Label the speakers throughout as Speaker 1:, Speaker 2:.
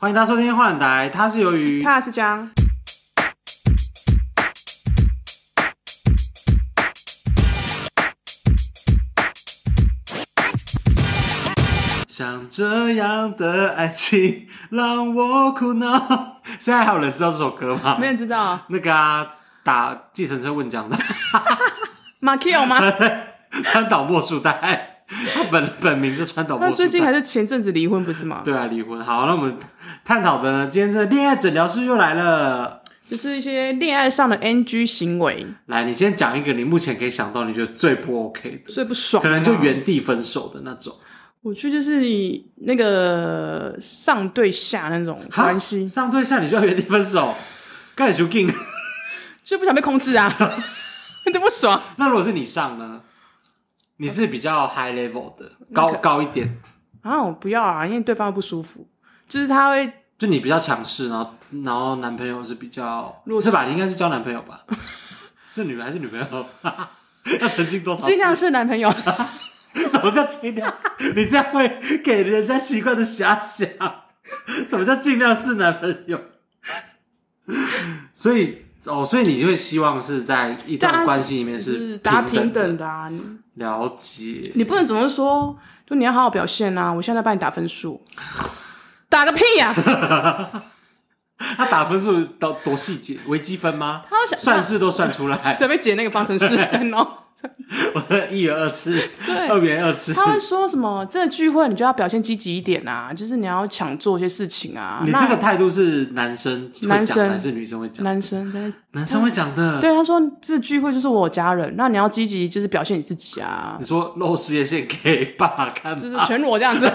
Speaker 1: 欢迎大家收听《幻懒台》，它是由于
Speaker 2: 他是江，
Speaker 1: 像这样的爱情让我苦恼。 现在还有人知道这首歌吗
Speaker 2: 没？人知道
Speaker 1: 那个啊，打计程车问江的
Speaker 2: 马 k i o 吗？
Speaker 1: 川岛茉树代，他本本名就川岛茉
Speaker 2: 那
Speaker 1: 树
Speaker 2: 最近
Speaker 1: 代。
Speaker 2: 还是前阵子离婚不是吗？
Speaker 1: 对啊，离婚。好，那我们探讨的呢，今天这恋爱诊疗室又来了。
Speaker 2: 就是一些恋爱上的 NG 行为，
Speaker 1: 来，你先讲一个你目前可以想到你觉得最不 OK 的，
Speaker 2: 所以不爽。啊
Speaker 1: 可能就，原地分手的那种
Speaker 2: 我去就是你那个上对下那种
Speaker 1: 哈
Speaker 2: 关系，
Speaker 1: 上对下你就要原地分手，干什么劲？
Speaker 2: 就不想被控制啊， 就不爽。
Speaker 1: 那如果是你上呢？你是比较 high level 的，高高一点，
Speaker 2: 啊，我不要啊，因为对方会不舒服，就是他会
Speaker 1: 就你比较强势，然后然后男朋友是比较
Speaker 2: 弱势
Speaker 1: 是吧？你应该是交男朋友吧？ 是女还是女朋友？ 要曾经多少次
Speaker 2: 尽？量是男朋友，
Speaker 1: 什么叫尽量是？你这样会给人家奇怪的遐想。 什么叫尽量是男朋友？所以哦，所以你就会希望是在一
Speaker 2: 大
Speaker 1: 段
Speaker 2: 家
Speaker 1: 关系里面
Speaker 2: 就是
Speaker 1: 是
Speaker 2: 大家
Speaker 1: 平
Speaker 2: 平
Speaker 1: 的
Speaker 2: 等的啊。你
Speaker 1: 了解。
Speaker 2: 你不能总是说，就你要好好表现啊，我现在在帮你打分数，打个屁啊 呀、
Speaker 1: 他打分数到多细节，微积分吗？
Speaker 2: 他 想
Speaker 1: 算式都算出 来，
Speaker 2: 准备解那个方程式，真的哦。
Speaker 1: 我的一元二次，
Speaker 2: 对
Speaker 1: 二元二次。
Speaker 2: 他会说什么？这个聚会你就要表现积极一点啊，就是你要抢做一些事情啊。
Speaker 1: 你
Speaker 2: 那
Speaker 1: 这个态度是男生会
Speaker 2: 男
Speaker 1: 讲
Speaker 2: 生
Speaker 1: 的还是女生会讲？
Speaker 2: 男生在
Speaker 1: 男生会讲的。
Speaker 2: 对他说，这聚会就是我家人，那你要积极，就是表现你自己啊
Speaker 1: 你，说露事业线给爸爸看
Speaker 2: 就是
Speaker 1: 吧，
Speaker 2: 全裸这 样子。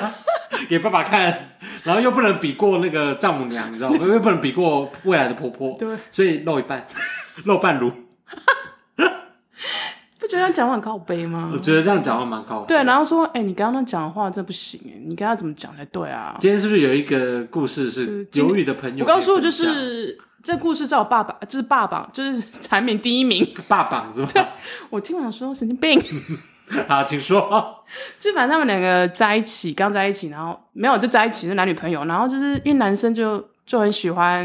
Speaker 1: 给爸爸看，然后又不能比过那个丈母娘，你知道吗？又不能比过未来的婆婆，
Speaker 2: 对，
Speaker 1: 所以露一半， 露半乳。
Speaker 2: 不觉得他讲话很靠背吗
Speaker 1: 我？觉得这样讲话蛮高。
Speaker 2: 对，然后说，哎、你刚刚那讲的话这不行，哎，你跟他怎么讲才对啊？
Speaker 1: 今天是不是有一个故事
Speaker 2: 是
Speaker 1: 是
Speaker 2: 今
Speaker 1: 犹豫的朋友
Speaker 2: 我
Speaker 1: 可以分享？
Speaker 2: 告诉我，就是这故事在我爸爸，就是爸爸，就是 产品第一 名。
Speaker 1: 爸爸是吧？
Speaker 2: 我听完说神经病，
Speaker 1: 好，请 说。
Speaker 2: 就反正他们两个在一起，刚在一起，然后没有就在一起，是男女朋友。然后就是因为男生就就很喜欢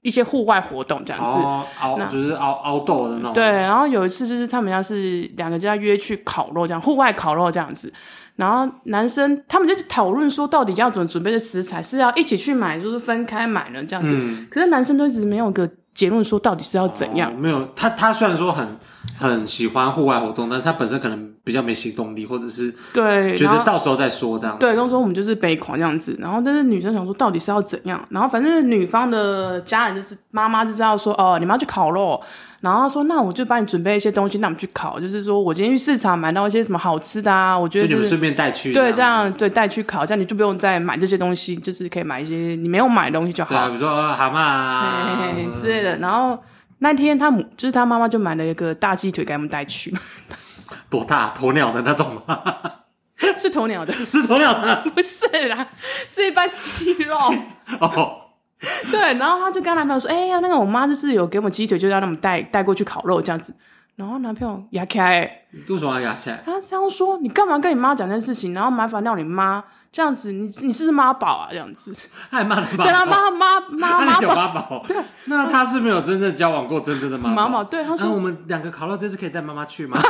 Speaker 2: 一些户外活动这样子。
Speaker 1: 哦，熬
Speaker 2: 那
Speaker 1: 就是熬熬斗的那种。
Speaker 2: 对，然后有一次就是他们家是两个就要约去烤肉，这样户外烤肉这样子。然后男生他们就讨论说，到底要怎么准备的食材，是要一起去买，就是分开买呢这样子。
Speaker 1: 嗯，
Speaker 2: 可是男生都一直没有个结论，说到底是要怎样
Speaker 1: 哦。没有他，他虽然说很很喜欢户外活动，但是他本身可能比较没行动力，或者是
Speaker 2: 对，
Speaker 1: 觉
Speaker 2: 然
Speaker 1: 得
Speaker 2: 后
Speaker 1: 到时候再说这样。
Speaker 2: 对，那时候我们就是北狂这样子，然后但是女生想说到底是要怎样，然后反正女方的家人就是妈妈就知道说哦，你们要去烤肉，然后说那我就帮你准备一些东西，那我们去烤，就是说我今天去市场买到一些什么好吃的啊，我觉
Speaker 1: 就
Speaker 2: 得
Speaker 1: 你
Speaker 2: 就
Speaker 1: 们
Speaker 2: 是
Speaker 1: 顺便带去。
Speaker 2: 对
Speaker 1: 这
Speaker 2: 这
Speaker 1: 样。
Speaker 2: 样对带去烤，这样你就不用再买这些东西，就是可以买一些你没有买的东西就
Speaker 1: 对啊，
Speaker 2: 好，
Speaker 1: 比如说呃蛤蟆啊
Speaker 2: 嘿嘿嘿之类的，然后。那天他母就是他妈妈就买了一个大鸡腿给他们带去，
Speaker 1: 多大鸵鸟的那种吗，
Speaker 2: 是鸵鸟的，
Speaker 1: 是鸵鸟的
Speaker 2: 不是啦，是一般鸡肉。
Speaker 1: 哦。
Speaker 2: 对，然后她就跟她男朋友说：“哎、呀，那个我妈就是有给我们鸡腿，就让他们带带过去烤肉这样子。”然后男朋友牙开，
Speaker 1: 为什么要压起来？
Speaker 2: 他这样说：“你干嘛跟你妈讲这件事情，然后麻烦到你妈这样子？你你是不是妈宝啊？这样子，
Speaker 1: 他还骂他妈
Speaker 2: 对啊他妈妈
Speaker 1: 宝，
Speaker 2: 妈
Speaker 1: 那
Speaker 2: 妈
Speaker 1: 你有
Speaker 2: 宝
Speaker 1: 妈宝？对，那他是没有真正交往过真正的妈
Speaker 2: 妈
Speaker 1: 宝嗯
Speaker 2: 宝。”。对，他
Speaker 1: 那
Speaker 2: 说
Speaker 1: 我们两个烤肉这次可以带妈妈去吗？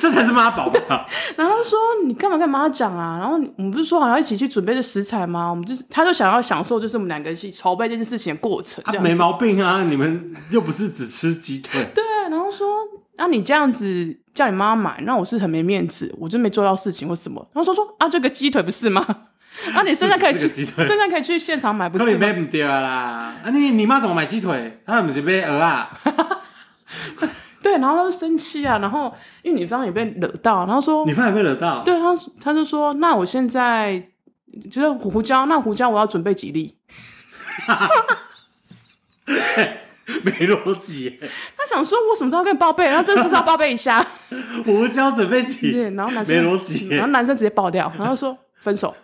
Speaker 1: 这才是妈宝吧？：“
Speaker 2: 然后她说你干嘛跟妈妈讲啊？然后你我们不是说好要一起去准备这食材吗？我们就是，他就想要享受，就是我们两个一起筹备这件事情的过程，这
Speaker 1: 啊
Speaker 2: 样
Speaker 1: 没
Speaker 2: 子。
Speaker 1: 毛病啊！你们又不是只吃鸡腿。
Speaker 2: 对，然后说，啊，你这样子叫你妈妈买，那我是很没面子，我就没做到事情或什么。然后说说，啊，这个鸡腿不是吗？ 啊，你现在可以
Speaker 1: 这
Speaker 2: 去，
Speaker 1: 只是个鸡腿
Speaker 2: 现在可以去现场买，不
Speaker 1: 可
Speaker 2: 是
Speaker 1: 能
Speaker 2: 吗？
Speaker 1: 买唔对啦！啊你你妈怎么买鸡腿？她不是买鹅 啊？
Speaker 2: 对，然后他就生气啊，然后因为女方也被惹到，然后说，
Speaker 1: 你饭有被惹到？
Speaker 2: 对，他他就说，那我现在就是胡椒，那胡椒我要准备几粒？
Speaker 1: 没逻辑耶，
Speaker 2: 他想说，我什么都要跟你报备，然后这次是要报备一下，
Speaker 1: 胡椒准备起，
Speaker 2: 对，然后男
Speaker 1: 没
Speaker 2: 生，
Speaker 1: 逻辑
Speaker 2: 然后
Speaker 1: 耶，
Speaker 2: 男生直接爆掉，然后说分手，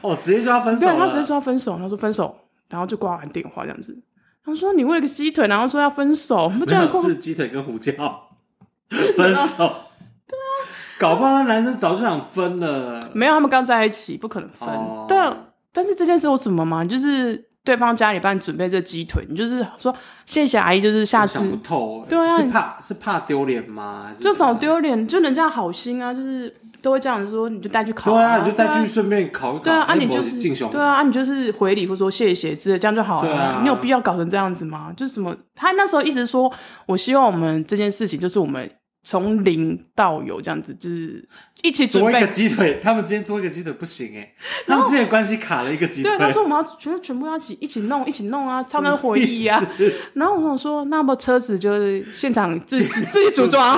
Speaker 1: 哦，直接就要分手
Speaker 2: 对，他
Speaker 1: 了。
Speaker 2: 直接说要分手，他说分手，然后就挂完电话这样子。他说你为了个鸡腿，然后说要分手，不
Speaker 1: 没
Speaker 2: 觉得很
Speaker 1: 有
Speaker 2: 过分？
Speaker 1: 是鸡腿跟胡椒 分手。对啊，搞不好那男生早就想分了。
Speaker 2: 没有，他们刚在一起，不可能分。
Speaker 1: 哦
Speaker 2: 但但是这件事有什么吗？就是对方家里帮你准备这鸡腿，你就是说谢谢阿姨，就是下
Speaker 1: 我
Speaker 2: 次
Speaker 1: 想不透欸、
Speaker 2: 对啊
Speaker 1: 是
Speaker 2: 你
Speaker 1: 怕是怕丢脸吗？还是
Speaker 2: 就少丢脸，就人家好心啊，就是都会这样子说，你就带去烤、
Speaker 1: 对啊，你就
Speaker 2: 对
Speaker 1: 带
Speaker 2: 啊
Speaker 1: 去顺便烤一烤，
Speaker 2: 对啊，啊
Speaker 1: 那
Speaker 2: 你
Speaker 1: 不
Speaker 2: 就是
Speaker 1: 进熊，
Speaker 2: 对啊，啊你就是回礼或说谢谢之类，这样就好了、
Speaker 1: 对啊
Speaker 2: 你有必要搞成这样子吗？就是什么，他那时候一直说，我希望我们这件事情就是我们从零到有这样子，就是一起准
Speaker 1: 多一
Speaker 2: 备
Speaker 1: 个。鸡腿，他们今天多一个鸡腿不行哎、他们之间的关系卡了一个鸡腿
Speaker 2: 对，，他说我们要全部全部要一起一起弄，一起弄啊，唱歌回忆啊
Speaker 1: 什。么意思
Speaker 2: 然后我想说，那么车子就是现场自己自己组装，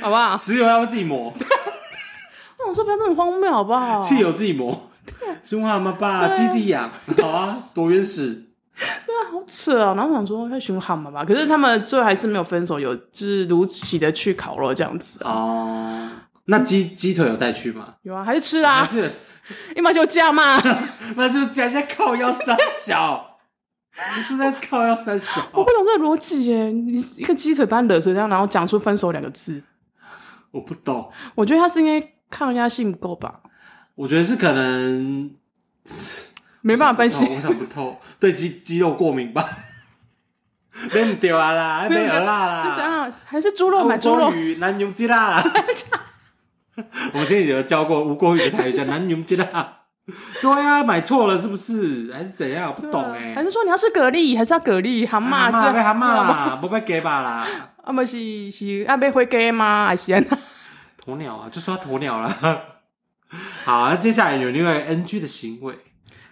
Speaker 2: 好不好？
Speaker 1: 石油他们自己磨，
Speaker 2: 那我说不要这么荒谬，好不好？
Speaker 1: 汽油自己 磨，胸花他们爸
Speaker 2: 哦对啊
Speaker 1: 鸡自己养，好啊，多原始。
Speaker 2: 好扯哦！然后我想说要寻好嘛吧，可是他们最后还是没有分手，有就是如期的去烤肉这样子啊。
Speaker 1: 哦，那鸡鸡腿有带去吗？
Speaker 2: 有啊，还是吃
Speaker 1: 还
Speaker 2: 啦，
Speaker 1: 是
Speaker 2: 一毛就价嘛。
Speaker 1: 那就是加一下靠腰三小，就在靠腰三小。哦
Speaker 2: 我不懂这个逻辑耶，你一个鸡腿把你惹成这样，然后讲出分手两个字，
Speaker 1: 我不懂，
Speaker 2: 我觉得他是应该抗压性不够吧，
Speaker 1: 我觉得是可能
Speaker 2: 没办法分析
Speaker 1: 哦。我想不透，对鸡鸡肉过敏吧？ 被你丢啊啦，被鹅啊啦，
Speaker 2: 是怎样？还是
Speaker 1: 哦
Speaker 2: 猪肉买猪
Speaker 1: 乌
Speaker 2: 肉
Speaker 1: 锅？鱼南牛鸡 啦。我们之前有教过吴国语的台语叫南牛鸡啦。 对啊，买错了是不是？还是怎样？不懂哎、
Speaker 2: 对啊还是说你要吃蛤蜊，还是要蛤蜊、蛤蟆
Speaker 1: 蛤蟆
Speaker 2: 这
Speaker 1: 被蛤蟆啦，不被给吧啦。
Speaker 2: 啊，不是是啊，被回给吗？还是啊？
Speaker 1: 鸵鸟啊，就说他鸵鸟 了。好，那接下来有另外一个 NG 的行为，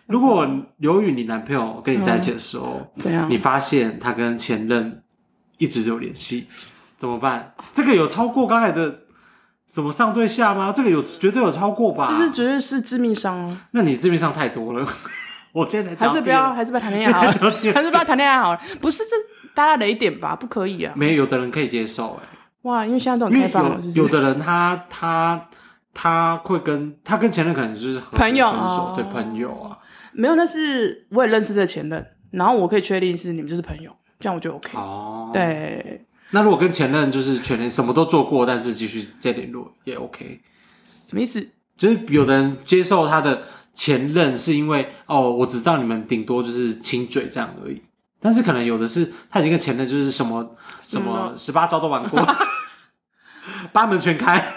Speaker 1: 如果由于你男朋友跟你在一起的时候，
Speaker 2: 怎样
Speaker 1: 你？发现他跟前任一直有联系，怎么办？这个有超过刚才的什么上对下吗？这个有绝对有超过吧？
Speaker 2: 这是绝对是致命伤哦。
Speaker 1: 那你致命伤太多了。我今天才
Speaker 2: 还
Speaker 1: 讲
Speaker 2: 是不要，还是不要谈恋爱好 了，还是不要谈恋爱好了。不是这大家雷点吧？不可以啊！
Speaker 1: 没有，有的人可以接受、欸，
Speaker 2: 哇，因为现在都
Speaker 1: 因
Speaker 2: 很
Speaker 1: 为
Speaker 2: 开放了，
Speaker 1: 有
Speaker 2: 就是
Speaker 1: 有的人他他他会跟他跟前任可能就是和
Speaker 2: 朋友
Speaker 1: 分手
Speaker 2: 哦，
Speaker 1: 对朋友啊，
Speaker 2: 没有，那是我也认识这个前任，然后我可以确定是你们就是朋友，这样我就 OK。
Speaker 1: 哦，
Speaker 2: 对，
Speaker 1: 那如果跟前任就是全年什么都做过，但是继续再联络也 OK。
Speaker 2: 什么意思？
Speaker 1: 就是有的人接受他的前任是因为哦，我只知道你们顶多就是亲嘴这样而已。但是可能有的是他已经跟前任就是什么什
Speaker 2: 哦
Speaker 1: 么十八招都玩 过，八门全开。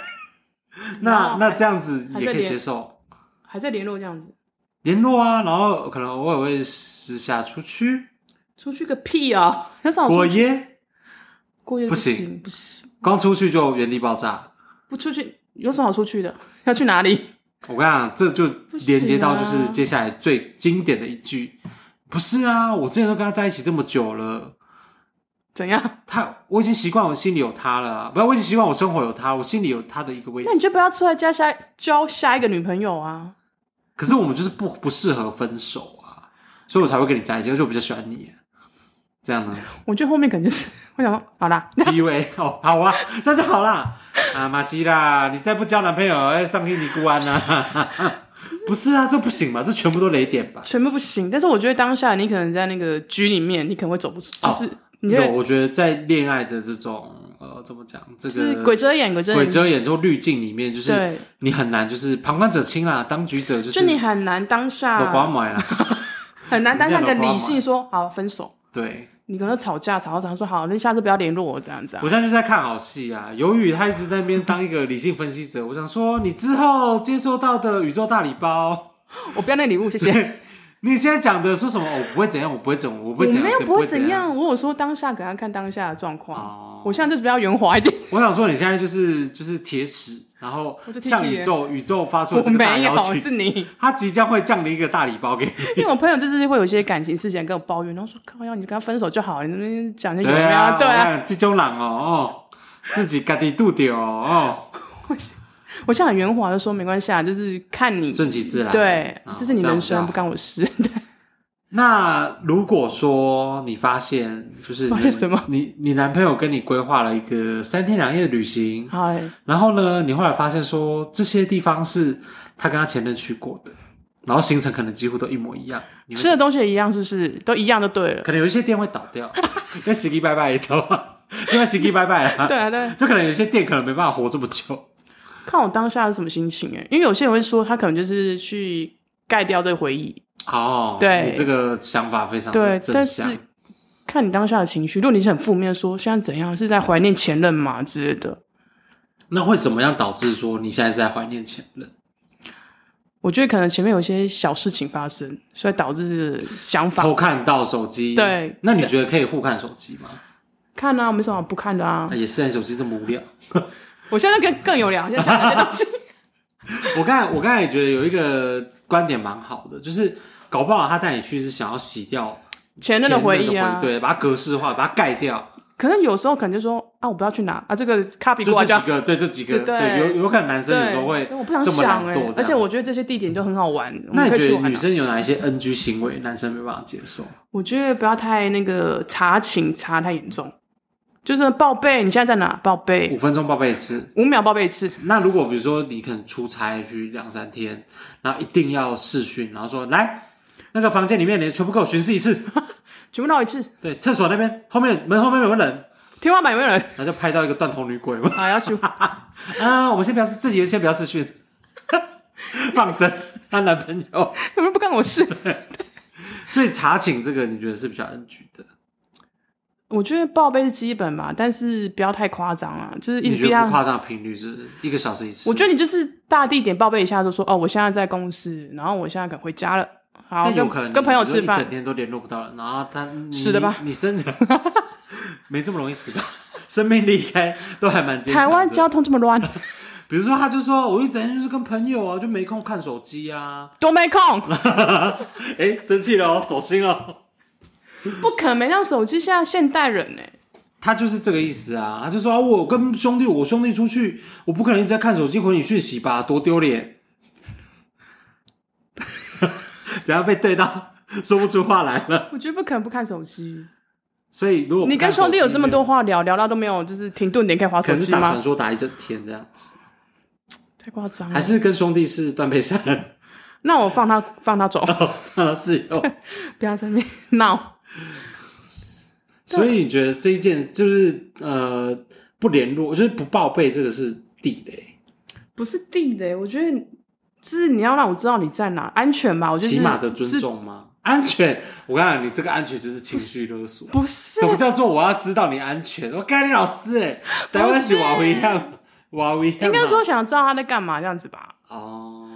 Speaker 1: 那
Speaker 2: 然后
Speaker 1: 那
Speaker 2: 还
Speaker 1: 这样子
Speaker 2: 哦还
Speaker 1: 也
Speaker 2: 在
Speaker 1: 可以
Speaker 2: 联
Speaker 1: 接受
Speaker 2: 还在联络这样子？
Speaker 1: 联络啊，然后可能偶尔会私下出去
Speaker 2: 出去个屁啊！ 很少
Speaker 1: 过
Speaker 2: 出
Speaker 1: 夜，
Speaker 2: 过夜
Speaker 1: 不
Speaker 2: 行不行，
Speaker 1: 光出去就原地爆炸。
Speaker 2: 不出去有什么好出去的？要去哪里？
Speaker 1: 我跟你讲，这就连接到就是
Speaker 2: 不行啊
Speaker 1: 接下来最经典的一句，不是啊，我之前都跟他在一起这么久了，
Speaker 2: 怎样？
Speaker 1: 他我已经习惯我心里有他了啊、不要我已经习惯我生活有他，我心里有他的一个位置。
Speaker 2: 那你就不要出来交下交下一个女朋友啊！
Speaker 1: 可是我们就是不不适合分手啊，所以我才会跟你在一起，而且我比较喜欢你、啊这 样呢
Speaker 2: 我觉得后面感觉是，我想说好啦，
Speaker 1: ？P V 哦，好啊，那就好啦。啊，马西啦，你再不交男朋友，要上天尼姑庵啊！ 不是啊，这不行吧？这全部都雷点吧？
Speaker 2: 全部不行。但是我觉得当下你可能在那个局里面，你可能会走不出，就是你
Speaker 1: 有，
Speaker 2: 会
Speaker 1: 我觉得在恋爱的这种呃，怎么讲，这
Speaker 2: 就是
Speaker 1: 个
Speaker 2: 鬼遮眼，鬼遮
Speaker 1: 鬼
Speaker 2: 眼，
Speaker 1: 遮眼就滤镜里面，就是
Speaker 2: 对，
Speaker 1: 你很难，就是旁观者清啦，当局者就
Speaker 2: 就你
Speaker 1: 是
Speaker 2: 很难当
Speaker 1: 都瓜
Speaker 2: 下，
Speaker 1: 买啦。
Speaker 2: 很难当下
Speaker 1: 人家
Speaker 2: 跟
Speaker 1: 都刮
Speaker 2: 理
Speaker 1: 嘛
Speaker 2: 性说好分手。
Speaker 1: 对
Speaker 2: 你可能吵架，吵吵吵说好，那下次不要联络我这样子 啊
Speaker 1: 我。现在就在看好戏啊，由于他一直在那边当一个理性分析者，我想说，你之后接收到的宇宙大礼包，
Speaker 2: 我不要那礼物，谢谢。
Speaker 1: 你现在讲的说什么？哦我不会怎样，我不会怎样，我不 会
Speaker 2: 你
Speaker 1: 怎样，
Speaker 2: 没有
Speaker 1: 这
Speaker 2: 不
Speaker 1: 不
Speaker 2: 会
Speaker 1: 怎
Speaker 2: 怎。样，我有说当下给他看当下的状况
Speaker 1: 哦。
Speaker 2: 我现在就是比较圆滑一 点，
Speaker 1: 我想说，你现在就是就是铁齿，然后
Speaker 2: 我就踢
Speaker 1: 向
Speaker 2: 踢
Speaker 1: 宇
Speaker 2: 耶
Speaker 1: 宙宇宙发出了
Speaker 2: 我
Speaker 1: 这个大
Speaker 2: 没
Speaker 1: 邀
Speaker 2: 有，
Speaker 1: 请，
Speaker 2: 是你。
Speaker 1: 他即将会降临一个大礼包给你。
Speaker 2: 因为我朋友就是会有一些感情事情跟我抱怨，然后说靠要你跟他分手就好，你那边讲些有没
Speaker 1: 对
Speaker 2: 有？
Speaker 1: 啊，
Speaker 2: 对啊，
Speaker 1: 我看这种人哦，哦自己家己度掉哦，
Speaker 2: 我现在很圆滑的说没关系啊，就是看你
Speaker 1: 顺其自然。，
Speaker 2: 对
Speaker 1: 啊，
Speaker 2: 这是你
Speaker 1: 这样
Speaker 2: 人
Speaker 1: 这
Speaker 2: 生，
Speaker 1: 样
Speaker 2: 不干我事。 对，
Speaker 1: 那如果说你发现就是
Speaker 2: 发现什么
Speaker 1: 你你男朋友跟你规划了一个三天两夜的旅行，
Speaker 2: 好欸，
Speaker 1: 然后呢，你后来发现说这些地方是他跟他前任去过的，然后行程可能几乎都一模一样，你会
Speaker 2: 吃的东西也一样，是不是？都一样就对了。
Speaker 1: 可能有一些店会倒 掉，因为洗地拜拜也走了，因为洗地拜拜了，
Speaker 2: 对啊，对，
Speaker 1: 就可能有一些店可能没办法活这么久。
Speaker 2: 欸看我当下是什么心情哎、因为有些人会说他可能就是去盖掉这个回忆。
Speaker 1: 哦，
Speaker 2: 对
Speaker 1: 你这个想法非常的
Speaker 2: 对，
Speaker 1: 哦正
Speaker 2: 但
Speaker 1: 向
Speaker 2: 是看你当下的情绪，如果你是很负面说现在怎样，是在怀念前任嘛之类的，
Speaker 1: 那会怎么样导致说你现在是在怀念前任？
Speaker 2: 我觉得可能前面有一些小事情发生，所以导致想法
Speaker 1: 偷看到手机，
Speaker 2: 对
Speaker 1: 那你觉得可以互看手机吗？
Speaker 2: 看啊，没什么好不看的啊
Speaker 1: 啊。也是，手机这么无 聊。
Speaker 2: 我现在更更有聊，现在想这些东西，
Speaker 1: 我刚才我刚才也觉得有一个观点蛮好的，就是搞不好他带你去是想要洗掉
Speaker 2: 前任的回忆啊。
Speaker 1: 对，把它格式化，把它盖掉，
Speaker 2: 可能有时候可能就说啊，我不要去拿啊，这个卡比
Speaker 1: 就
Speaker 2: 过
Speaker 1: 这
Speaker 2: 来就
Speaker 1: 几个，对这几个，
Speaker 2: 对
Speaker 1: 对，有有可能男生有时候会
Speaker 2: 对我不想
Speaker 1: 这么懒
Speaker 2: 想哎、
Speaker 1: 惰这样，
Speaker 2: 而且我觉得这些地点就很好玩，我
Speaker 1: 那
Speaker 2: 们
Speaker 1: 你
Speaker 2: 可以
Speaker 1: 觉
Speaker 2: 去
Speaker 1: 得
Speaker 2: 玩、
Speaker 1: 女
Speaker 2: 啊。
Speaker 1: 生有哪一些 NG 行为，男生没办法接受？
Speaker 2: 我觉得不要太那个查寝查太严重，就是报备，你现在在哪？报备
Speaker 1: 五分钟报备一次。
Speaker 2: 五秒报备一次，
Speaker 1: 那如果比如说你可能出差去两三天，然后一定要视讯，然后说来那个房间里面你全部给我巡视一次，
Speaker 2: 全部闹一次，
Speaker 1: 对，厕所那边后面门后面有没有人，
Speaker 2: 天花板有没有人？
Speaker 1: 然后就拍到一个断头女鬼嘛。
Speaker 2: 啊，要 去
Speaker 1: 啊，我们先不要自己先不要试训， 放生她男朋友，
Speaker 2: 有人不干我事？
Speaker 1: 所以查寝这个你觉得是比较 NG 的，
Speaker 2: 我觉得报备是基本吧，但是不要太夸张啊，就是一
Speaker 1: 你
Speaker 2: 直
Speaker 1: 觉
Speaker 2: 逼
Speaker 1: 得不
Speaker 2: 他。
Speaker 1: 夸张的频率是一个小时一次？
Speaker 2: 我觉得你就是大地点报备一下，就说哦，我现在在公司，然后我现在可能回家了，好
Speaker 1: 但有可能
Speaker 2: 跟
Speaker 1: 你
Speaker 2: 跟朋友
Speaker 1: 比如说
Speaker 2: 吃
Speaker 1: 一
Speaker 2: 饭
Speaker 1: 整，天都联络不到了，然后他你
Speaker 2: 死了吧
Speaker 1: 你 生人没这么容易死吧？ 生命力应该都还蛮坚强
Speaker 2: 台
Speaker 1: 的。
Speaker 2: 湾交通这么乱，
Speaker 1: 比如说他就说我一整天就是跟朋友啊，就没空看手机啊，
Speaker 2: 都没空。
Speaker 1: 哎、生气了哦，走心了哦。
Speaker 2: 不可能没让手机，现在现代人欸呢、
Speaker 1: 他就是这个意思啊，他就说、啊、我跟兄弟，我兄弟出去，我不可能一直在看手机回你讯息吧，多丢脸。 等下被对到，说不出话来了。
Speaker 2: 我觉得不可能不看手机。
Speaker 1: 所以如果不
Speaker 2: 你跟
Speaker 1: 看手
Speaker 2: 兄弟
Speaker 1: 机
Speaker 2: 有这么
Speaker 1: 没
Speaker 2: 多话聊，聊到都没有就是停顿点可以划
Speaker 1: 可
Speaker 2: 手
Speaker 1: 能
Speaker 2: 机
Speaker 1: 打
Speaker 2: 吗
Speaker 1: 传？说打一整天这样子，
Speaker 2: 太夸张了
Speaker 1: 还。是跟兄弟是断背 山，
Speaker 2: 那我放他放他
Speaker 1: 啊
Speaker 2: 走，
Speaker 1: 让他自由。
Speaker 2: 不要在那边 闹。
Speaker 1: 所以你觉得这一件就是呃不联络，就是不报备，这个是地雷，
Speaker 2: 不是定的、欸我觉得就是你要让我知道你在哪，安全吧？我就是
Speaker 1: 起码的尊
Speaker 2: 是
Speaker 1: 重吗？安全，我跟你讲，你这个安全就是情绪勒索。
Speaker 2: 不 是
Speaker 1: 什么叫做我要知道你安全？我该你老师哎、欸，台湾是瓦维汉，瓦维汉。
Speaker 2: 应该说想知道他在干嘛这样子吧？
Speaker 1: 哦，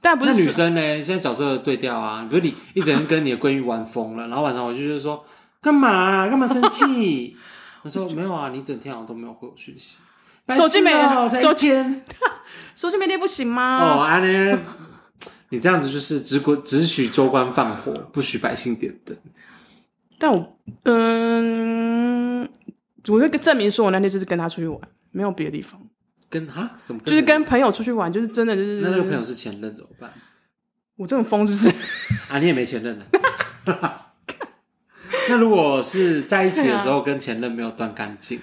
Speaker 2: 但不
Speaker 1: 那
Speaker 2: 是
Speaker 1: 女
Speaker 2: 说
Speaker 1: 生呢？现在角色对调啊，比如你一整天跟你的闺蜜玩疯了，然后晚上回去就说干嘛啊、干嘛生 气？我说没有啊，你一整天好像都没有回我讯息，
Speaker 2: 手机没啊
Speaker 1: 白痴哦才一
Speaker 2: 手
Speaker 1: 天
Speaker 2: 手机没电不行吗？
Speaker 1: 哦，安呢？你这样子就是只管只许州官放火，不许百姓点灯。
Speaker 2: 但我嗯，我会证明说我那天就是跟他出去玩，没有别的地方。
Speaker 1: 跟哈什么？
Speaker 2: 就是跟朋友出去玩，就是真的就是
Speaker 1: 那那个朋友是前任怎么办？
Speaker 2: 我这种疯是不是？
Speaker 1: 啊，你也没前任了。啊 那如果是在一起的时候跟前任没有断干净，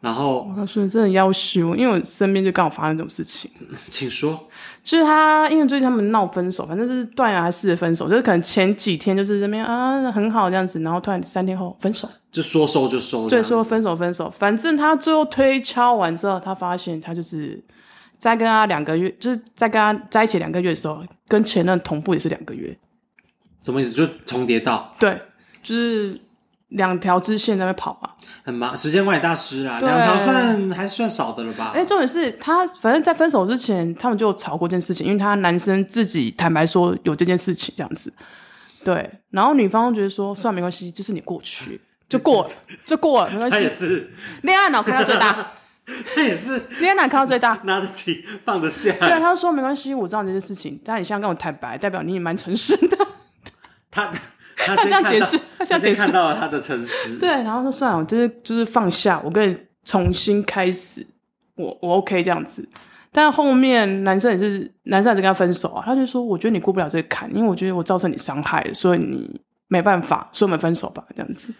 Speaker 1: 然后
Speaker 2: 我告诉你，真的要羞，因为我身边就刚好发生这种事情，
Speaker 1: 请说，
Speaker 2: 就是他因为最近他们闹分手，反正就是断崖式的分手，就是可能前几天就是这边啊很好这样子，然后突然三天后分手，
Speaker 1: 就说收就收这
Speaker 2: 对，
Speaker 1: 样子，
Speaker 2: 说分手分手，反正他最后推敲完之后，他发现他就是在跟他两个月，就是在跟他在一起两个月的时候，跟前任同步也是两个月，
Speaker 1: 什么意思？就重叠到
Speaker 2: 对，就是两条支线在那边跑啊。
Speaker 1: 很麻，时间管理大师啦，
Speaker 2: 对
Speaker 1: 两条算还算少的了吧？
Speaker 2: 哎、重点是他，反正在分手之前，他们就有吵过这件事情，因为他男生自己坦白说有这件事情这样子，对。然后女方觉得说，算了没关系，这是你过去，就过 了，就过了，没关
Speaker 1: 他也
Speaker 2: 系。
Speaker 1: 是，
Speaker 2: 恋爱脑开到最大，
Speaker 1: 他也是
Speaker 2: 恋爱脑开到最大。
Speaker 1: 拿得起放得下。
Speaker 2: 对，啊他就说没关系，我知道你这件事情，但你现在跟我坦白，代表你也蛮诚实的。
Speaker 1: 他他
Speaker 2: 他
Speaker 1: 先
Speaker 2: 这样
Speaker 1: 看
Speaker 2: 解
Speaker 1: 到
Speaker 2: 释他这
Speaker 1: 先
Speaker 2: 样解释
Speaker 1: 看到了他的诚实。
Speaker 2: 对，然后说算了，我就是就是放下，我跟你重新开始，我我 OK 这样子。但后面男生也是，男生也是跟他分手啊，他就说我觉得你过不了这个坎，因为我觉得我造成你伤害，所以你没办法，所以我们分手吧，这样子。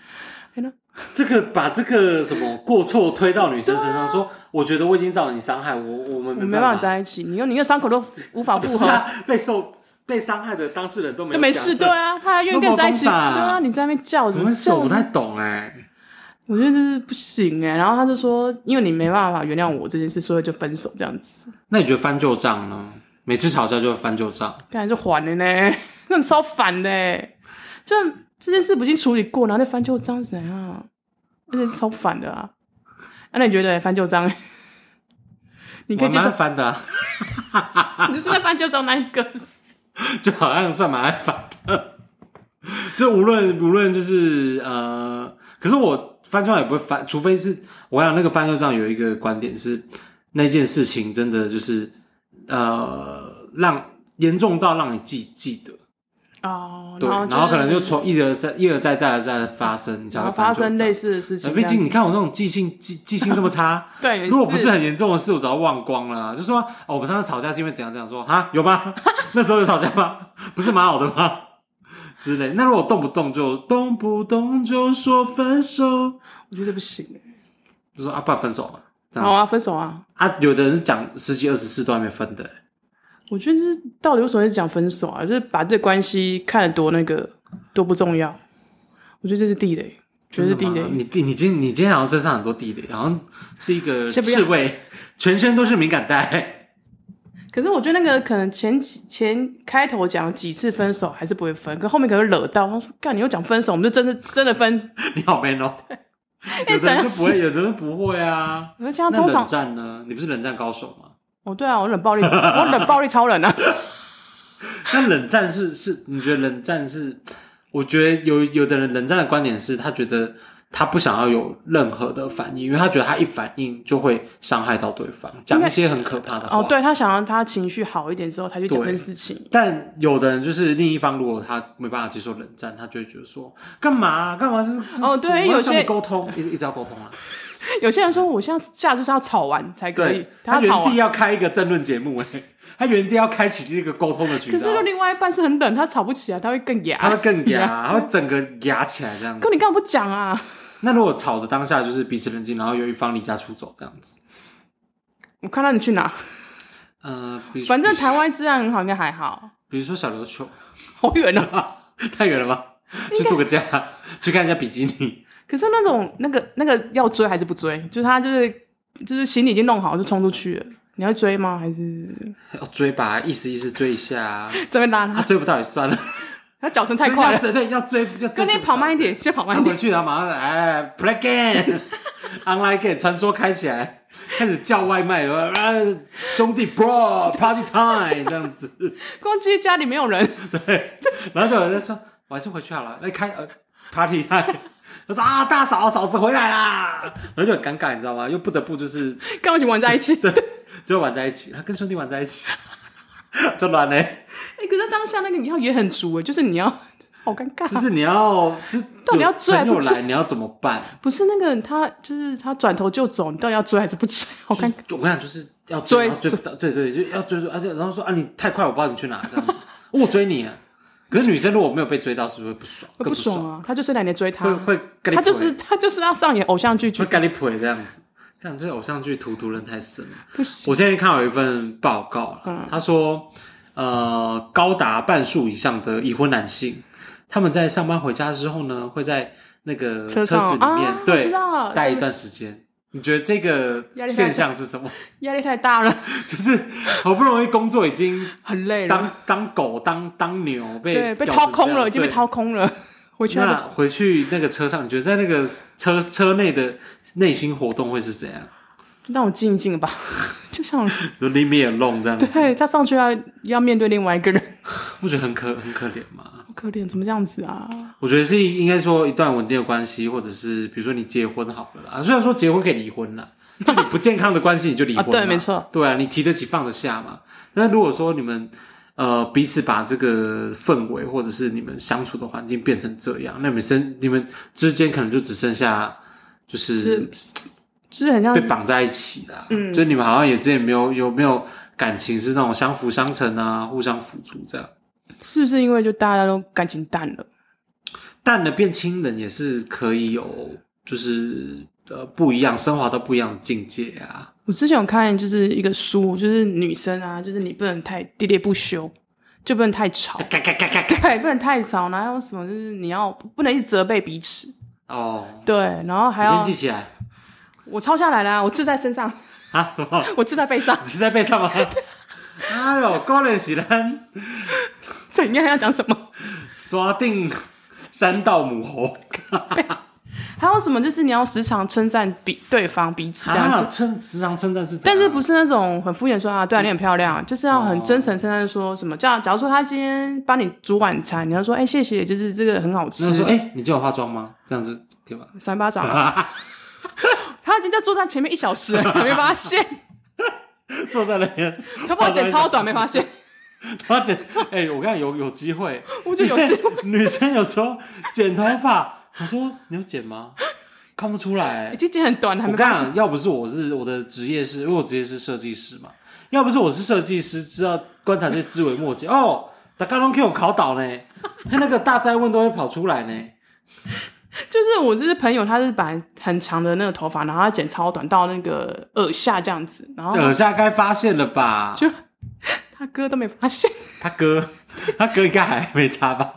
Speaker 1: 这个把这个什么过错推到女生身上，说我觉得我已经造成你伤害，我我们
Speaker 2: 啊我们没办法在一起，你用你的伤口都 无法
Speaker 1: 不
Speaker 2: 复
Speaker 1: 是
Speaker 2: 合，
Speaker 1: 啊，被受被伤害的当事人都没有
Speaker 2: 都没
Speaker 1: 讲
Speaker 2: 事，对啊，他还愿意跟你在一起，
Speaker 1: 那
Speaker 2: 对
Speaker 1: 么公法
Speaker 2: 啊，你在那边叫
Speaker 1: 什
Speaker 2: 什
Speaker 1: 么
Speaker 2: 么
Speaker 1: 事我
Speaker 2: 叫
Speaker 1: 不
Speaker 2: 呢？
Speaker 1: 太懂哎、
Speaker 2: 我觉得这是不行哎、然后他就说，因为你没办法原谅我这件事，所以就分手这样子。
Speaker 1: 那你觉得翻旧账呢？每次吵架就会翻旧账。
Speaker 2: 刚才就还了呢， 那超烦的欸，就这件事不已经处理过，然后再翻旧账是怎样？而且超烦的啊！啊，那你觉得翻旧账？ 你可
Speaker 1: 我
Speaker 2: 以接
Speaker 1: 蛮
Speaker 2: 受
Speaker 1: 爱，翻的、啊，
Speaker 2: 你就是在翻旧账那一个，是不是？
Speaker 1: 就好像算蛮爱翻的。 就无论无论就是呃，可是我翻旧账也不会翻，除非是我想那个翻旧账有一个观点是，那件事情真的就是呃，让严重到让你记记得，
Speaker 2: 哦，
Speaker 1: 对，
Speaker 2: 后
Speaker 1: 然
Speaker 2: 然
Speaker 1: 后可能就从一而再一而再再而再的发生，你才
Speaker 2: 然
Speaker 1: 会
Speaker 2: 后发
Speaker 1: 翻旧
Speaker 2: 生
Speaker 1: 账
Speaker 2: 类似的事
Speaker 1: 呃
Speaker 2: 情这
Speaker 1: 毕
Speaker 2: 样子，
Speaker 1: 竟你看我这种记性记记性这么差，
Speaker 2: 对，
Speaker 1: 如果不是
Speaker 2: 是
Speaker 1: 很严重的事，我早忘光了啊、就说哦，我们上次吵架是因为怎样怎样，说哈有吗？ 那时候有吵架吗？不是蛮好的吗？之类。那如果动不动就动不动就说分手，
Speaker 2: 我觉得不行
Speaker 1: 就说啊，不然分手嘛，这
Speaker 2: 欸。
Speaker 1: 样
Speaker 2: 好
Speaker 1: 子
Speaker 2: 啊，分手啊！
Speaker 1: 啊。有的人是讲十几二十次都还没分的、
Speaker 2: 我觉得就是到底为什么一直讲分手啊？就是把这个关系看得多那个多不重要，我觉得这是地雷，绝对是地
Speaker 1: 真的
Speaker 2: 雷
Speaker 1: 吗。你你今你今天好像身上很多地雷，好像是一个
Speaker 2: 先不要
Speaker 1: 刺猬，全身都是敏感带。
Speaker 2: 可是我觉得那个可能前几前开头讲几次分手还是不会分，可后面可能会惹到，他说干你又讲分手，我们就真的真 的分。
Speaker 1: 你好 man 哦、有的
Speaker 2: 哎讲
Speaker 1: 人
Speaker 2: 到
Speaker 1: 就不会，有的人不会啊。
Speaker 2: 我就像
Speaker 1: 那
Speaker 2: 通
Speaker 1: 冷
Speaker 2: 常
Speaker 1: 战呢？你不是冷战高手吗？
Speaker 2: 哦对啊，我冷暴力，我冷暴力超 人啊，
Speaker 1: 那冷战是是，你觉得冷战是？我觉得有有的人冷战的观点是他觉得他不想要有任何的反应，因为他觉得他一反应就会伤害到对方，讲一些很可怕的话。
Speaker 2: 哦对他想让他情绪好一点之后才去讲这件事情，
Speaker 1: 但有的人就是另一方，如果他没办法接受冷战，他就会觉得说干嘛啊干嘛就是
Speaker 2: 哦对
Speaker 1: 我要
Speaker 2: 有
Speaker 1: 跟
Speaker 2: 些
Speaker 1: 你沟通一直一直要沟通啊，
Speaker 2: 有些人说我现在下就是要吵完才可以
Speaker 1: 对，
Speaker 2: 他
Speaker 1: 他
Speaker 2: 要吵
Speaker 1: 原
Speaker 2: 啊
Speaker 1: 地
Speaker 2: 完。
Speaker 1: 要开一个争论节目哎、他原地要开启这个沟通的渠
Speaker 2: 可
Speaker 1: 道，
Speaker 2: 是，如另外一半是很冷，他吵不起来，他会更
Speaker 1: 他会
Speaker 2: 哑。
Speaker 1: 更压，他会整个压起来这样子
Speaker 2: 可。你干嘛不讲啊？
Speaker 1: 那如果吵的当下就是彼此冷静，然后有一方离家出走这样子，
Speaker 2: 我看到你 去哪？
Speaker 1: 呃，比如
Speaker 2: 反正
Speaker 1: 比如
Speaker 2: 台湾治安很好，应该还好。
Speaker 1: 比如说小琉球，
Speaker 2: 好远哦。
Speaker 1: 太远了吧？去度个假，去看一下比基尼，
Speaker 2: 可是那种那个那个要追还是不追？就是他就是就是行李已经弄好就冲出去了，你要追吗？还是
Speaker 1: 要追吧，意思意思追一下啊，
Speaker 2: 这边拉
Speaker 1: 啊
Speaker 2: 他？
Speaker 1: 追不到也算了，
Speaker 2: 他脚程 太快 了，
Speaker 1: 就是要追对，要追要追，
Speaker 2: 跟你跑慢一点，先跑慢
Speaker 1: 然后
Speaker 2: 一
Speaker 1: 回
Speaker 2: 点。
Speaker 1: 去然后马上哎，play game，online game，传说开起来，开始叫外卖， 呃兄弟 bro party time 这样子，
Speaker 2: 公鸡家里没有人，
Speaker 1: 然后就有人说，我还是回去好了，来开呃 party time。他 说啊，大嫂，嫂子回来啦，然后就很尴尬，你知道吗？又不得不就是
Speaker 2: 跟我一起玩在一起。哎、
Speaker 1: 只有玩在一起，他跟兄弟玩在一起， 就乱嘞。
Speaker 2: 哎可是当下那个你要也很足哎，就是你要好尴尬。啊
Speaker 1: 就是你要就
Speaker 2: 到底要追还
Speaker 1: 有
Speaker 2: 不
Speaker 1: 朋友
Speaker 2: 追
Speaker 1: 来，你要怎么办？
Speaker 2: 不是那个他，就是他转头就走，你到底要追还是不追？好
Speaker 1: 就是
Speaker 2: 尴尬。
Speaker 1: 我跟你讲，就是要
Speaker 2: 追
Speaker 1: 追，然后追不到，对对，就要追追，而且然后说啊，你太快，我不知道你去哪，这样子，我追你啊。可是女生如果没有被追到，是不是会不爽？
Speaker 2: 会
Speaker 1: 更
Speaker 2: 不
Speaker 1: 不
Speaker 2: 爽，啊！他就是懒得追他
Speaker 1: 会，会跟你
Speaker 2: 他就
Speaker 1: 腿
Speaker 2: 是他就是要上演偶像剧剧
Speaker 1: 会，跟你腿这样子。看这偶像剧荼毒人太深了。
Speaker 2: 不行。
Speaker 1: 我现在看到有一份报告了，
Speaker 2: 嗯
Speaker 1: 他说，呃，高达半数以上的已婚男性，他们在上班回家之后呢，会在那个
Speaker 2: 车
Speaker 1: 车
Speaker 2: 上
Speaker 1: 子里面、
Speaker 2: 啊我
Speaker 1: 对
Speaker 2: 知道
Speaker 1: 待一段时间。你觉得这个
Speaker 2: 压力太大
Speaker 1: 现象是什么？
Speaker 2: 压力太大了，
Speaker 1: 就是好不容易工作已经
Speaker 2: 很累 了，
Speaker 1: 当当狗当当牛被
Speaker 2: 对，被
Speaker 1: 搞
Speaker 2: 掏
Speaker 1: 成
Speaker 2: 空
Speaker 1: 这样
Speaker 2: 了，已经被
Speaker 1: 对
Speaker 2: 掏空了。回去他
Speaker 1: 那回去那个车上，你觉得在那个车车内的内心活动会是怎样？
Speaker 2: 就让我静一 静吧，就像
Speaker 1: 就 leave me alone 这样子，
Speaker 2: 对他上去要要面对另外一个人，
Speaker 1: 不觉得很可很可怜吗？
Speaker 2: 好可怜，怎么这样子啊？
Speaker 1: 我觉得是应该说一段稳定的关系，或者是比如说你结婚好了啦。虽然说结婚可以离婚啦，就你不健康的关系你就离婚、
Speaker 2: 啊，对，没。错，
Speaker 1: 对啊，你提得起放得下嘛。那如果说你们呃彼此把这个氛围或者是你们相处的环境变成这样，那你们生你们之间可能就只剩下就
Speaker 2: 就是
Speaker 1: 是
Speaker 2: 就是很像
Speaker 1: 被绑在一起啦。嗯，就你们好像也之前没有有没有感情是那种相辅相成啊，互相辅助这样。
Speaker 2: 是不是因为就大家都感情淡了？
Speaker 1: 淡了变亲人也是可以有，就是呃不一样，升华到不一样的境界 啊。
Speaker 2: 我之前有看就是一个书，就是女生啊，就是你不能太喋喋不休，就不能太吵，
Speaker 1: 嘎嘎嘎嘎嘎
Speaker 2: 对，不能太吵，然后还有什么就是你要不能一直责备彼此，
Speaker 1: 哦，
Speaker 2: 对，然后还
Speaker 1: 你先
Speaker 2: 要
Speaker 1: 记起来
Speaker 2: 我抄下来啦，我刺在身上，
Speaker 1: 啊？什么？
Speaker 2: 我刺在背上，
Speaker 1: 你是在背上吗？哎呦，高人喜人，
Speaker 2: 所以你还要讲什么？
Speaker 1: 刷定三道母猴，
Speaker 2: 还有什么？就是你要时常称赞比对方彼此这样
Speaker 1: 啊，
Speaker 2: 子，
Speaker 1: 称时常称赞是怎样，
Speaker 2: 但是不是那种很敷衍说啊，
Speaker 1: 嗯
Speaker 2: 对啊，你很漂亮，就是要很真诚称赞说什么。
Speaker 1: 哦
Speaker 2: 这样，假如说他今天帮你煮晚餐，你要说哎、谢谢，就是这个很好吃
Speaker 1: 那，说哎、你今天有化妆吗？这样子对吧？
Speaker 2: 三 巴掌。他已经在坐在前面一小时了， 你没发现？
Speaker 1: 坐在那边，
Speaker 2: 头发剪超短，没发现？
Speaker 1: 他剪，哎、我看有有机会， 哎
Speaker 2: 我就有 机会。
Speaker 1: 女生有时候剪头发，我说你有剪吗？看不出来、
Speaker 2: 已经剪很短了，还
Speaker 1: 我
Speaker 2: 没
Speaker 1: 跟你
Speaker 2: 发现。
Speaker 1: 讲，要不是我是我的职业是，因为我职业是设计师嘛，要不是我是设计师，知道观察这些枝微末节哦，大家都给我考倒呢，那个大灾问都会跑出来呢。
Speaker 2: 就是我就是朋友，他是把很长的那个头发，然后他剪超短到那个耳下这样子，然后
Speaker 1: 耳下该发现了吧？
Speaker 2: 就他哥都没发现。
Speaker 1: 他哥，他哥应该还没差吧？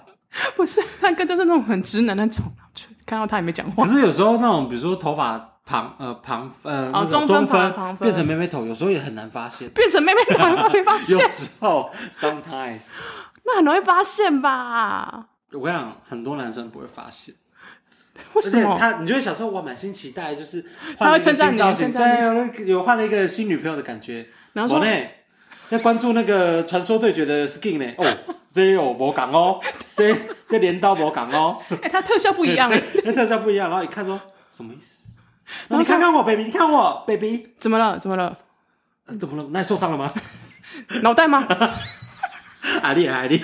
Speaker 2: 不是，他哥就是那种很直男那种，就看到他也没讲话
Speaker 1: 可。是有时候那种，比如说头发旁呃旁呃那种
Speaker 2: 哦中
Speaker 1: 中
Speaker 2: 分旁旁分
Speaker 1: 变成妹妹头，有时候也很难发 现。
Speaker 2: 变成妹妹头了，没发现
Speaker 1: 有，时候 sometimes，
Speaker 2: 那很容易发现吧？
Speaker 1: 我跟你讲，很多男生不会发现。 而
Speaker 2: 为什
Speaker 1: 且
Speaker 2: 么？
Speaker 1: 他，你就会想说，哇，满心期待， 就是
Speaker 2: 他
Speaker 1: 换了
Speaker 2: 会
Speaker 1: 一个
Speaker 2: 称赞
Speaker 1: 新
Speaker 2: 你
Speaker 1: 造型，
Speaker 2: 称赞
Speaker 1: 对，有那个有换了一个新女朋友的感 觉。
Speaker 2: 然后说
Speaker 1: 我呢，在关注那个传说对决的 skin 呢， 哦，这有魔港哦，这这镰刀魔港哦，
Speaker 2: 哎、他特效不一样哎、
Speaker 1: 那特效不一样。然后一看说什么意思？然
Speaker 2: 然后
Speaker 1: 后你看看我，baby，你看我，baby，
Speaker 2: 怎么了？怎么了？嗯
Speaker 1: 呃怎么了？那你受伤了吗？ 啊
Speaker 2: 脑袋吗？
Speaker 1: 阿丽，阿丽，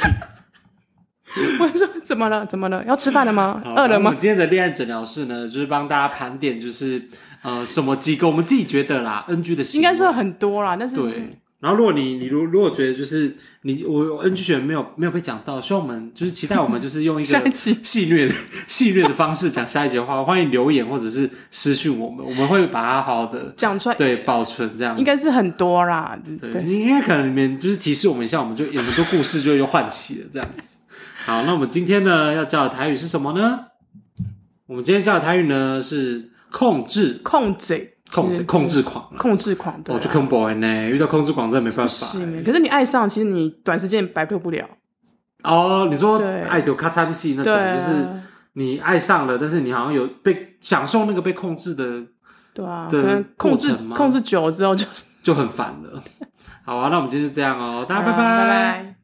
Speaker 2: 我说怎么了？怎么了？要吃饭了吗？
Speaker 1: 好
Speaker 2: 饿了
Speaker 1: 我
Speaker 2: 吗
Speaker 1: 们？今天的恋爱诊疗室呢，就是帮大家盘点，就是呃，什么机构我们自己觉得啦，NG 的行
Speaker 2: 应
Speaker 1: 为
Speaker 2: 该是很多啦，但是
Speaker 1: 对。然后，如果你你如如果觉得就是你我 NG 学员没有没有被讲到，希望我们就是期待我们就是用一
Speaker 2: 下一
Speaker 1: 个
Speaker 2: 集
Speaker 1: 戏谑的戏谑的方式讲下一节话，欢迎留言或者是私讯我们，我们会把它好好的
Speaker 2: 讲出来
Speaker 1: 对保存这样子。
Speaker 2: 应该是很多啦。
Speaker 1: 对，
Speaker 2: 对，
Speaker 1: 你应该可能里面就是提示我们一下，我们就有很多故事就又唤起了这样子。好，那我们今天呢要教的台语是什么呢？我们今天教的台语呢是控制
Speaker 2: 控制
Speaker 1: 控制
Speaker 2: 嗯
Speaker 1: 控制狂啊，
Speaker 2: 控制狂对
Speaker 1: 哦，
Speaker 2: 啊
Speaker 1: 就 combo 呢，遇到控制狂真的没办法欸、
Speaker 2: 是，可是你爱上，其实你短时间摆脱不了。
Speaker 1: 哦，你说
Speaker 2: 对
Speaker 1: 爱丢咔嚓戏那
Speaker 2: 对
Speaker 1: 种，
Speaker 2: 啊，
Speaker 1: 就是你爱上了，但是你好像有被享受那个被控制的，
Speaker 2: 对啊，可
Speaker 1: 的
Speaker 2: 能控制
Speaker 1: 过程吗
Speaker 2: 控制久了之后就
Speaker 1: 就很烦了。好啊，那我们今天就这样哦，大家拜
Speaker 2: 好啊拜拜。